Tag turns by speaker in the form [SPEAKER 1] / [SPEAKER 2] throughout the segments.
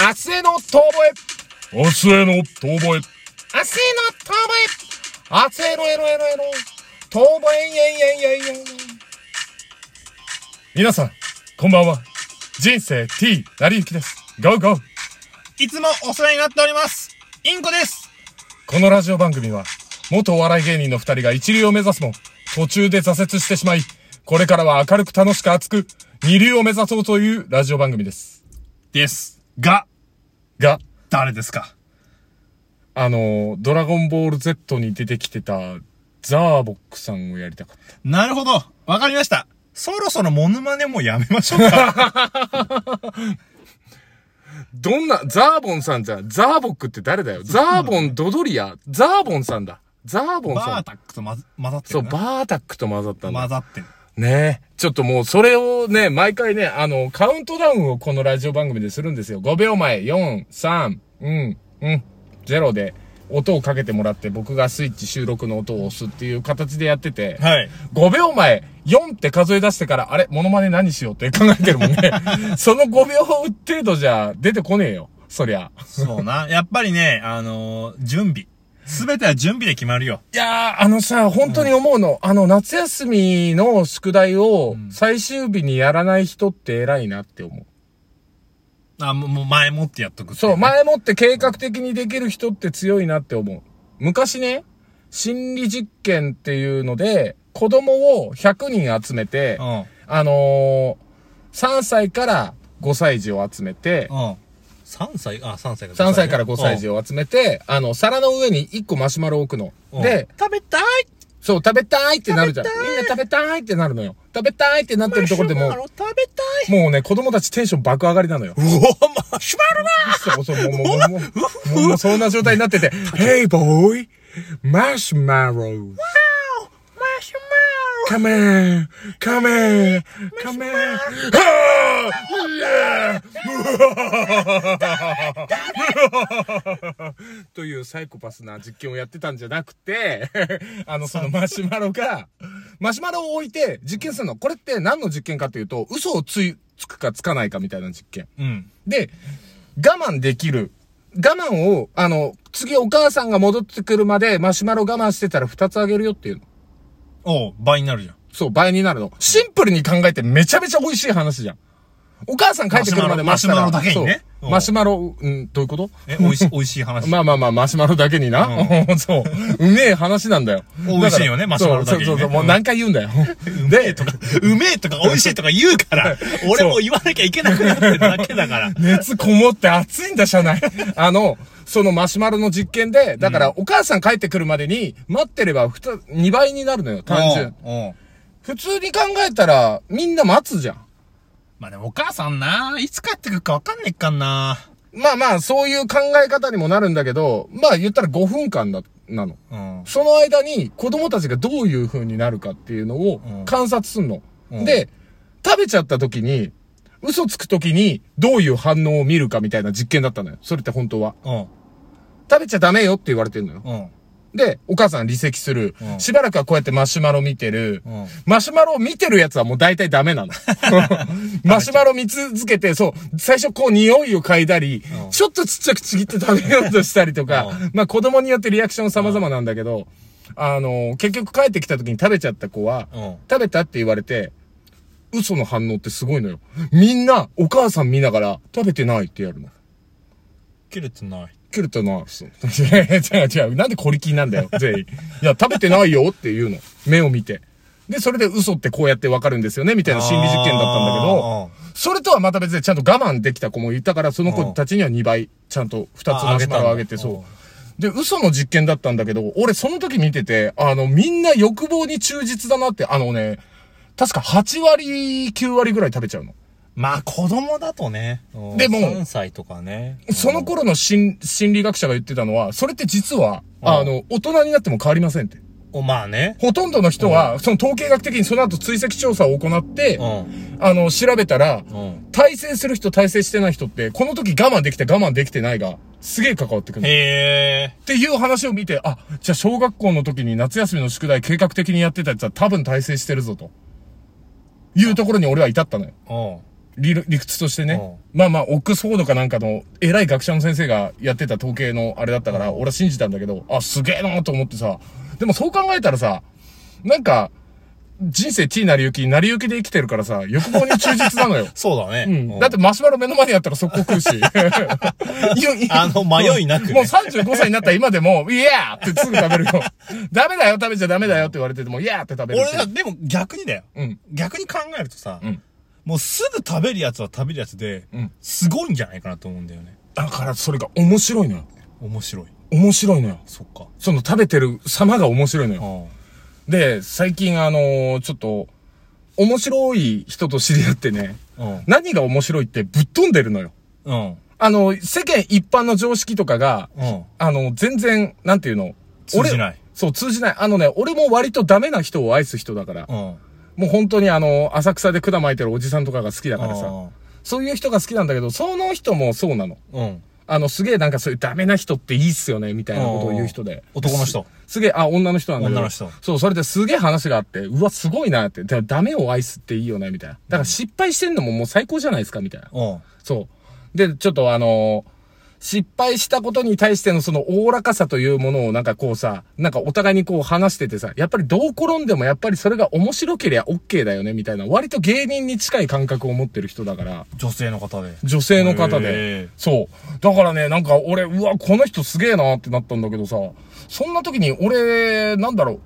[SPEAKER 1] 明日への遠吠え
[SPEAKER 2] 明日への遠吠え
[SPEAKER 1] 明日への遠吠え明日へのエロエロエロ遠吠えいやいやいやいやいや
[SPEAKER 2] 皆さん、こんばんは。人生 T なりゆきです。ゴーゴー
[SPEAKER 3] いつもお世話になっております。インコです。
[SPEAKER 2] このラジオ番組は、元お笑い芸人の二人が一流を目指すも、途中で挫折してしまい、これからは明るく楽しく熱く、二流を目指そうというラジオ番組です。
[SPEAKER 3] です。が、
[SPEAKER 2] が、
[SPEAKER 3] 誰ですか
[SPEAKER 2] あの、ドラゴンボール Z に出てきてた、ザーボックさんをやりたかった。
[SPEAKER 3] なるほど。わかりました。そろそろモノマネもやめましょ うか。
[SPEAKER 2] どんな、ザーボンさんじゃ、ザーボックって誰だよザーボンドドリア、ザーボンさんだ。ザーボンさ
[SPEAKER 3] バー
[SPEAKER 2] ん。
[SPEAKER 3] タックとまず混ざって
[SPEAKER 2] そう、
[SPEAKER 3] るな。
[SPEAKER 2] バータックと混ざったんだ。
[SPEAKER 3] 混ざってる。
[SPEAKER 2] ねえ。ちょっともうそれをね、毎回ね、あの、カウントダウンをこのラジオ番組でするんですよ。5秒前、4、3、うん、うん、0で音をかけてもらって僕がスイッチ収録の音を押すっていう形でやってて、
[SPEAKER 3] はい。
[SPEAKER 2] 5秒前、4って数え出してから、あれ、モノマネ何しようって考えてるもん ね。その5秒程度じゃ出てこねえよ。そりゃ。
[SPEAKER 3] そうな。やっぱりね、あのー準備。すべては準備で決まるよ。
[SPEAKER 2] いやー、あのさ、本当に思うの。あの、夏休みの宿題を最終日にやらない人って偉いなって思う。
[SPEAKER 3] あ、もうもう前もってやっとくってい
[SPEAKER 2] そう、
[SPEAKER 3] ね。
[SPEAKER 2] 前もって計画的にできる人って強いなって思う。昔ね、心理実験っていうので、子供を100人集めて、あのー、3歳から5歳児を集めて
[SPEAKER 3] う、ん。うん。3歳あ、3歳から
[SPEAKER 2] 3歳から5歳児
[SPEAKER 3] を。
[SPEAKER 2] を集めて、あの、皿の上に1個マシュマロを置くの。
[SPEAKER 3] うん
[SPEAKER 2] で、、
[SPEAKER 3] 食べたい
[SPEAKER 2] そう、食べたいってなるじゃん。み
[SPEAKER 3] 食べたい
[SPEAKER 2] んな食べたいってなるのよ。食べたいってなってるところでも、
[SPEAKER 3] マシュマロ食べたいう
[SPEAKER 2] もうね、子供たちテンション爆上がりなのよ。
[SPEAKER 3] うおマシュマロ
[SPEAKER 2] そ
[SPEAKER 3] だ
[SPEAKER 2] うそう、もう、もう、もう、もう、もうそんな状態になってて、Hey boy! マシュマロ
[SPEAKER 3] マシュ
[SPEAKER 2] Come in! Come in! Come in! はぁいやーというサイコパスな実験をやってたんじゃなくて、あの、そのマシュマロが、マシュマロを置いて実験するの。これって何の実験かっていうと、嘘をつい、つくかつかないかみたいな実験。
[SPEAKER 3] マロうん。
[SPEAKER 2] で、我慢できる。我慢を、あの、次お母さんが戻ってくるまでマシュマロ我慢してたら2つあげるよっていうの。
[SPEAKER 3] おう、倍になるじゃん。
[SPEAKER 2] そう、倍になるの。シンプルに考えてめちゃめちゃ美味しい話じゃん。お母さん帰ってくるまで
[SPEAKER 3] マシュマロ
[SPEAKER 2] 待ってたら
[SPEAKER 3] マシュマロだけ
[SPEAKER 2] そうマシュマロ、
[SPEAKER 3] にねうん
[SPEAKER 2] うん、どういうこと
[SPEAKER 3] え、美味 しい、美味しい話。
[SPEAKER 2] まあまあまあ、マシュマロだけにな。 そう。うめえ話なんだよ。
[SPEAKER 3] 美味しいよね
[SPEAKER 2] だ
[SPEAKER 3] マ
[SPEAKER 2] から
[SPEAKER 3] シュマロだけにね
[SPEAKER 2] そうそうそう、もう何回言うんだよ。
[SPEAKER 3] うめえとか、うめえとか美味しいとか言う から、俺も言わなきゃいけなくなってるだけだから。
[SPEAKER 2] 熱こもって暑いんだ、車内。あの、そのマシュマロの実験で、だからお母さん帰ってくるまでに待ってればふた2倍になるのよ、単純。
[SPEAKER 3] うん。うん
[SPEAKER 2] 普通に考えたらみんな待つじゃん。
[SPEAKER 3] まあでもお母さんないつ帰ってくるかわかんねえかんな。
[SPEAKER 2] まあまあ、そういう考え方にもなるんだけど、まあ言ったら5分間だ、なの。
[SPEAKER 3] うん。
[SPEAKER 2] その間に子供たちがどういう風になるかっていうのを
[SPEAKER 3] うん
[SPEAKER 2] 観察すんの。
[SPEAKER 3] うん
[SPEAKER 2] で、食べちゃった時に、嘘つく時にどういう反応を見るかみたいな実験だったのよ。それって本当は。
[SPEAKER 3] うん。
[SPEAKER 2] 食べちゃダメよって言われてるのよ。
[SPEAKER 3] うん。
[SPEAKER 2] で、お母さん離席する。
[SPEAKER 3] うん
[SPEAKER 2] しばらくはこうやってマシュマロ見てる。
[SPEAKER 3] うん
[SPEAKER 2] マシュマロを見てるやつはもう大体ダメなの。マシュマロ見続けて、そう、最初こう匂いを嗅いだり、
[SPEAKER 3] うん
[SPEAKER 2] ちょっとちっちゃくちぎって食べようとしたりとか、
[SPEAKER 3] うん
[SPEAKER 2] まあ子供によってリアクション様々なんだけど、あの、結局帰ってきた時に食べちゃった子は、
[SPEAKER 3] うん
[SPEAKER 2] 食べたって言われて、嘘の反応ってすごいのよ。みんな、お母さん見ながら、食べてないってやるの。
[SPEAKER 3] 切れてない。
[SPEAKER 2] 切れてない。 違う違う違う。なんでコリキンなんだ よ、全員。いや、食べてないよっていうの。目を見て。で、それで嘘ってこうやってわかるんですよね、みたいな心理実験だったんだけど、
[SPEAKER 3] あー。
[SPEAKER 2] それとはまた別でちゃんと我慢できた子もいたから、その子たちには2倍、ちゃんと2つ
[SPEAKER 3] あ
[SPEAKER 2] マシュマロをあげて、
[SPEAKER 3] あげたんだ
[SPEAKER 2] そう。で、嘘の実験だったんだけど、俺その時見てて、あの、みんな欲望に忠実だなって、あのね、確か8割、9割ぐらい食べちゃうの。
[SPEAKER 3] まあ子供だとね。うん
[SPEAKER 2] でも
[SPEAKER 3] 3歳とかね。
[SPEAKER 2] その頃の心心理学者が言ってたのは、それって実は、
[SPEAKER 3] うん
[SPEAKER 2] あの、大人になっても変わりませんって。
[SPEAKER 3] おまあね。
[SPEAKER 2] ほとんどの人は、その統計学的にその後追跡調査を行って
[SPEAKER 3] う、ん。
[SPEAKER 2] あの、調べたら、
[SPEAKER 3] うん。
[SPEAKER 2] 対戦する人、対戦してない人って、この時我慢できて我慢できてないが、すげえ関わってくる。
[SPEAKER 3] へえ。
[SPEAKER 2] っていう話を見て、あ、じゃあ小学校の時に夏休みの宿題計画的にやってたやつは多分対戦してるぞと。いうところに俺は至ったのよ。
[SPEAKER 3] うん。
[SPEAKER 2] 理論理屈としてね
[SPEAKER 3] う。
[SPEAKER 2] まあまあ、オックスフォードかなんかの偉い学者の先生がやってた統計のあれだったから、俺は信じたんだけど、あ、すげえなと思ってさ。でもそう考えたらさ、なんか、人生 T なりゆき、なりゆきで生きてるからさ、欲望に忠実なのよ。
[SPEAKER 3] そうだね。
[SPEAKER 2] だってマシュマロ目の前にあったら速攻食 うし。
[SPEAKER 3] あの迷いなくね
[SPEAKER 2] もう35歳になった今でも、イヤーってすぐ食べるよ。ダメだよ、食べちゃダメだよって言われてても、イヤーって食べるし。
[SPEAKER 3] 俺だ、でも逆にだよ。
[SPEAKER 2] うん
[SPEAKER 3] 逆に考えるとさ、
[SPEAKER 2] ん
[SPEAKER 3] もうすぐ食べるやつは食べるやつで、
[SPEAKER 2] ん
[SPEAKER 3] すごいんじゃないかなと思うんだよね。
[SPEAKER 2] だからそれが面白いのよ。
[SPEAKER 3] 面白い。
[SPEAKER 2] 面白いのよ。
[SPEAKER 3] そっか。
[SPEAKER 2] その食べてる様が面白いのよ。
[SPEAKER 3] うん
[SPEAKER 2] で、最近あのーちょっと、面白い人と知り合ってね、
[SPEAKER 3] うん。
[SPEAKER 2] 何が面白いってぶっ飛んでるのよ。
[SPEAKER 3] うん。
[SPEAKER 2] あの、世間一般の常識とかが、
[SPEAKER 3] うん。
[SPEAKER 2] あの、全然、なんていうの
[SPEAKER 3] 通じない
[SPEAKER 2] 俺そう、通じない。あのね、俺も割とダメな人を愛す人だから。
[SPEAKER 3] うん。
[SPEAKER 2] もう本当にあの、浅草で管巻いてるおじさんとかが好きだからさ。そういう人が好きなんだけど、その人もそうなの。
[SPEAKER 3] うん。
[SPEAKER 2] あの、すげえなんかそういうダメな人っていいっすよね、みたいなことを言う人で。
[SPEAKER 3] うん男の人
[SPEAKER 2] す。すげえ、あ、女の人なんだけど
[SPEAKER 3] 女の人
[SPEAKER 2] そう、それですげえ話があって、うわ、すごいなって。だダメを愛すっていいよね、みたいな。だから失敗してんのももう最高じゃないですか、みたいな。
[SPEAKER 3] うん。
[SPEAKER 2] そう。で、ちょっとあのー失敗したことに対してのそのおおらかさというものをなんかこうさ、なんかお互いにこう話しててさ、やっぱりどう転んでもやっぱりそれが面白ければ OK だよねみたいな、割と芸人に近い感覚を持ってる人だから、
[SPEAKER 3] 女性の方で。
[SPEAKER 2] 女性の方
[SPEAKER 3] へ
[SPEAKER 2] で
[SPEAKER 3] え。
[SPEAKER 2] そう。だからね、なんか俺、うわ、この人すげえなってなったんだけどさ、そんな時に俺、なんだろう、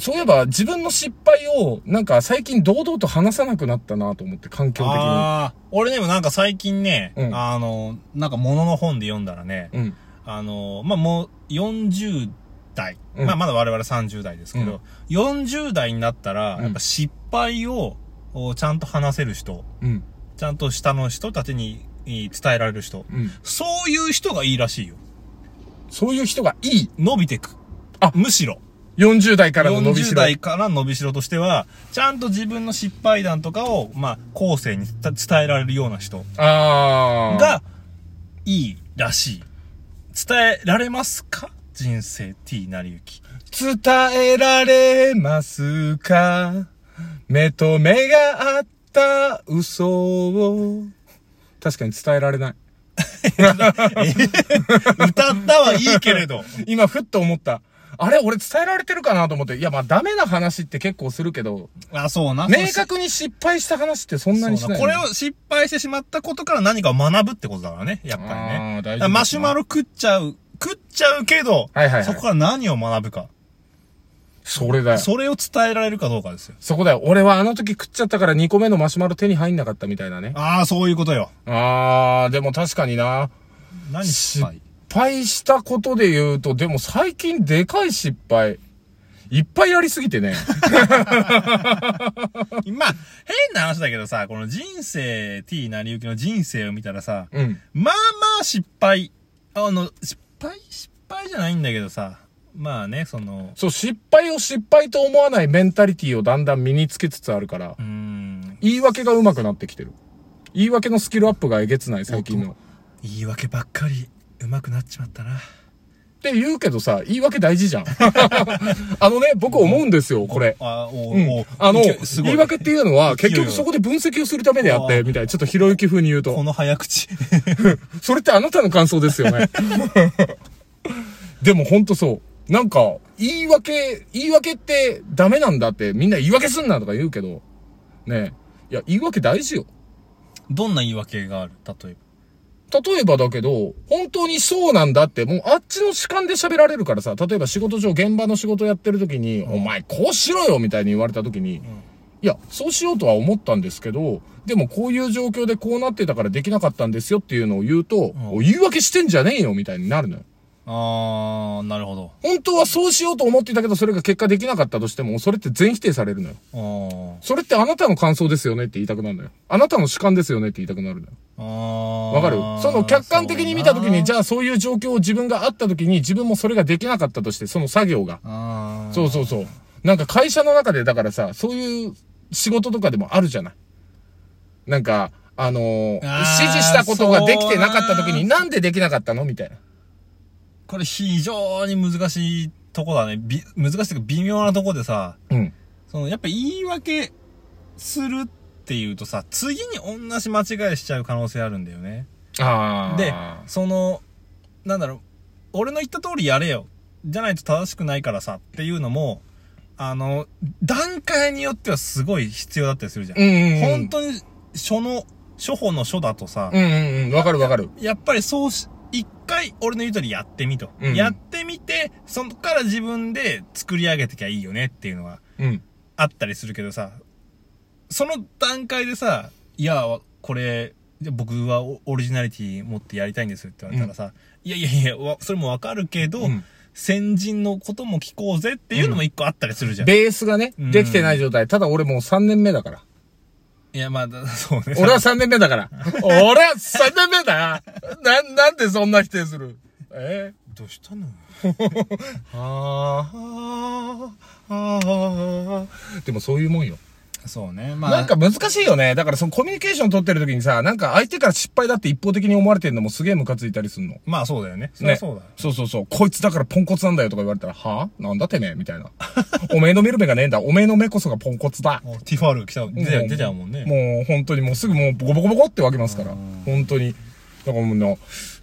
[SPEAKER 2] そういえば自分の失敗をなんか最近堂々と話さなくなったなと思って、環境的に。
[SPEAKER 3] ああ、俺でもなんか最近ね、
[SPEAKER 2] うん
[SPEAKER 3] あの、なんか物の本で読んだらね、
[SPEAKER 2] うん。
[SPEAKER 3] あの、まあ、もう40代、
[SPEAKER 2] うん
[SPEAKER 3] まあ、まだ我々30代ですけど、40代になったら、
[SPEAKER 2] うん
[SPEAKER 3] やっぱ失敗をおちゃんと話せる人、
[SPEAKER 2] うん。
[SPEAKER 3] ちゃんと下の人たちにい伝えられる人、
[SPEAKER 2] うん。
[SPEAKER 3] そういう人がいいらしいよ。
[SPEAKER 2] そういう人がいい。
[SPEAKER 3] 伸びてく。
[SPEAKER 2] あ
[SPEAKER 3] むしろ。
[SPEAKER 2] 40代からの伸びし
[SPEAKER 3] 40
[SPEAKER 2] ろ。
[SPEAKER 3] 代から伸びしろとしては、ちゃんと自分の失敗談とかを、まあ、後世に伝えられるような人
[SPEAKER 2] ああ。、
[SPEAKER 3] が、いいらしい。伝えられますか人生 T なりゆ き。
[SPEAKER 2] 伝えられますか目と目があった嘘を。確かに伝えられない。
[SPEAKER 3] 歌ったはいいけれど。
[SPEAKER 2] 今、ふっと思った。あれ俺伝えられてるかなと思って。いや、まあ、ダメな話って結構するけど、
[SPEAKER 3] あ、そうな。
[SPEAKER 2] 明確に失敗した話ってそんなにし
[SPEAKER 3] そう
[SPEAKER 2] な。
[SPEAKER 3] ないこれを、失敗してしまったことから何かを学ぶってことだからね、やっぱり
[SPEAKER 2] あー大
[SPEAKER 3] ね。
[SPEAKER 2] 事ですね
[SPEAKER 3] だからマシュマロ食っちゃう、食っちゃうけど、
[SPEAKER 2] はいはいはい
[SPEAKER 3] そこから何を学ぶか。
[SPEAKER 2] それだよ。
[SPEAKER 3] それを伝えられるかどうかですよ。
[SPEAKER 2] そこだよ。俺はあの時食っちゃったから2個目のマシュマロ手に入んなかったみたいなね。
[SPEAKER 3] ああ、そういうことよ。
[SPEAKER 2] あー、でも確かにな。
[SPEAKER 3] 何失
[SPEAKER 2] 失
[SPEAKER 3] 敗
[SPEAKER 2] 敗したことで言うと、でも最近でかい失敗。いっぱいやりすぎて ね。
[SPEAKER 3] まあ、変な話だけどさ、この人生、T なりゆきの人生を見たらさ、
[SPEAKER 2] うん。
[SPEAKER 3] まあまあ失敗。あの、失敗、失敗じゃないんだけどさ、まあね、その、
[SPEAKER 2] そう、失敗を失敗と思わないメンタリティをだんだん身につけつつあるから
[SPEAKER 3] う、ーん、
[SPEAKER 2] 言い訳が上手くなってきてる。言い訳のスキルアップがえげつない、最近の。
[SPEAKER 3] 言い訳ばっかり、上手くなっちまったな。
[SPEAKER 2] って言うけどさ、言い訳大事 じゃん。あのね、僕思うんですよ、これ。
[SPEAKER 3] あ、お
[SPEAKER 2] うん
[SPEAKER 3] ーおー、
[SPEAKER 2] あの、
[SPEAKER 3] いけすごい
[SPEAKER 2] 言い訳っていうのは、
[SPEAKER 3] 勢い
[SPEAKER 2] 結
[SPEAKER 3] が
[SPEAKER 2] 局そこで分析をするためであっ
[SPEAKER 3] あ
[SPEAKER 2] て、
[SPEAKER 3] ー
[SPEAKER 2] みたいな。ちょっとひろゆき風に言うと。
[SPEAKER 3] この早口。
[SPEAKER 2] それってあなたの感想ですよね。でもほんとそう。なんか、言い訳、言い訳ってダメなんだって、みんな言い訳すんなとか言うけど、ねえ。いや、言い訳大事よ。
[SPEAKER 3] どんな言い訳がある例え
[SPEAKER 2] 例えばだけど、本当にそうなんだって、もうあっちの主観で喋られるからさ、例えば仕事上、現場の仕事やってる時に、お前こうしろよみたいに言われた時に、いや、そうしようとは思ったんですけど、でもこういう状況でこうなってたからできなかったんですよっていうのを言うと、
[SPEAKER 3] ん
[SPEAKER 2] お言い訳してんじゃねえよみたいになるのよ。
[SPEAKER 3] ば。あー、なるほど。
[SPEAKER 2] 本当はそうしようと思ってたけど、それが結果できなかったとしても、それって全否定されるのよ。
[SPEAKER 3] あー、
[SPEAKER 2] それってあなたの感想ですよねって言いたくなるのよ。あなたの主観ですよねって言いたくなるのよ。
[SPEAKER 3] あー。
[SPEAKER 2] わかるその客観的に見たときに、じ
[SPEAKER 3] ゃ
[SPEAKER 2] ゃあそういう状況を自分があったときに、自分もそれができなかったとして、その作業が。
[SPEAKER 3] あー。
[SPEAKER 2] そうそうそう。なんか会社の中で、だからさ、そういう仕事とかでもあるじゃない。なんか、あのー指
[SPEAKER 3] あー
[SPEAKER 2] 示したことができてなかったとき
[SPEAKER 3] そう
[SPEAKER 2] に、なんでできなかったのみたいな。
[SPEAKER 3] これ非常に難しいとこだね。び難しいというか微妙なとこでさ、
[SPEAKER 2] うん。
[SPEAKER 3] そのやっぱ言い訳するって言うとさ、次に同じ間違いしちゃう可能性あるんだよね。
[SPEAKER 2] ああ。
[SPEAKER 3] で、その、なんだろう、俺の言った通りやれよ。じゃないと正しくないからさっていうのも、あの、段階によってはすごい必要だったりするじゃん。
[SPEAKER 2] うんうんうん
[SPEAKER 3] 本当に、書の、書法の書だとさ、
[SPEAKER 2] うんうんうん。わかるわかる。
[SPEAKER 3] やっぱりそうし、一回俺の言う通りやってみと。
[SPEAKER 2] うん
[SPEAKER 3] やってみて、そこから自分で作り上げてきゃいいよねっていうのは
[SPEAKER 2] うん。
[SPEAKER 3] あったりするけどさ、その段階でさ、いや、わこれ、じゃあ僕はオオリジナリティ持ってやりたいんですって言われたらさ、いやいやいや、わそれもわかるけど、
[SPEAKER 2] うん
[SPEAKER 3] 先人のことも聞こうぜっていうのも一個あったりするじゃん。
[SPEAKER 2] ベースがね、
[SPEAKER 3] うん
[SPEAKER 2] できてない状態。ただ俺もう3年目だから。
[SPEAKER 3] いや、まあ、だそうね。
[SPEAKER 2] 俺は3年目だから。俺は3年目だな、なんでそんな否定するえ
[SPEAKER 3] どうした の
[SPEAKER 2] ああ、ああ、でもそういうもんよ。
[SPEAKER 3] そうね。まあ、
[SPEAKER 2] なんか難しいよね。だからそのコミュニケーション取ってる時にさ、なんか相手から失敗だって一方的に思われてるのもすげえムカついたりすんの。
[SPEAKER 3] まあそうだよね。そりゃ
[SPEAKER 2] ね。
[SPEAKER 3] そうだ。
[SPEAKER 2] そうそうそう。こいつだからポンコツなんだよとか言われたら、はぁなんだてめえみたいな。おめえの見る目がねえんだ。おめえの目こそがポンコツだ。
[SPEAKER 3] もうティファール来た、出ちゃう出ちゃうもんね。
[SPEAKER 2] もう本当にもうすぐもうボコボコボコって分けますから。本当に。だからもう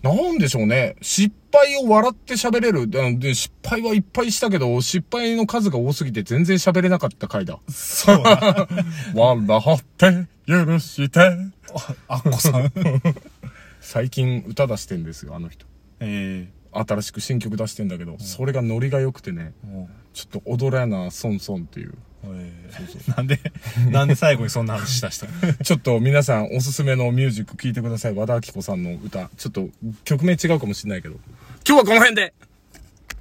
[SPEAKER 2] な、なんでしょうね。失敗を笑って喋れる。でで失敗はいっぱいしたけど、失敗の数が多すぎて全然喋れなかった回だ。
[SPEAKER 3] そうだ。
[SPEAKER 2] 笑って許して。
[SPEAKER 3] あっこさん。
[SPEAKER 2] 最近歌出してんですよ、あの人。
[SPEAKER 3] え
[SPEAKER 2] 新しく新曲出してんだけど、それがノリが良くてね、
[SPEAKER 3] えも
[SPEAKER 2] ちょっと踊らなソンソンっていう。
[SPEAKER 3] う、ええなんで、なんで最後にそんな話したしたの
[SPEAKER 2] ちょっと皆さんおすすめのミュージック聴いてください。和田アキ子さんの歌。ちょっと曲名違うかもしれないけど。今日はこの辺で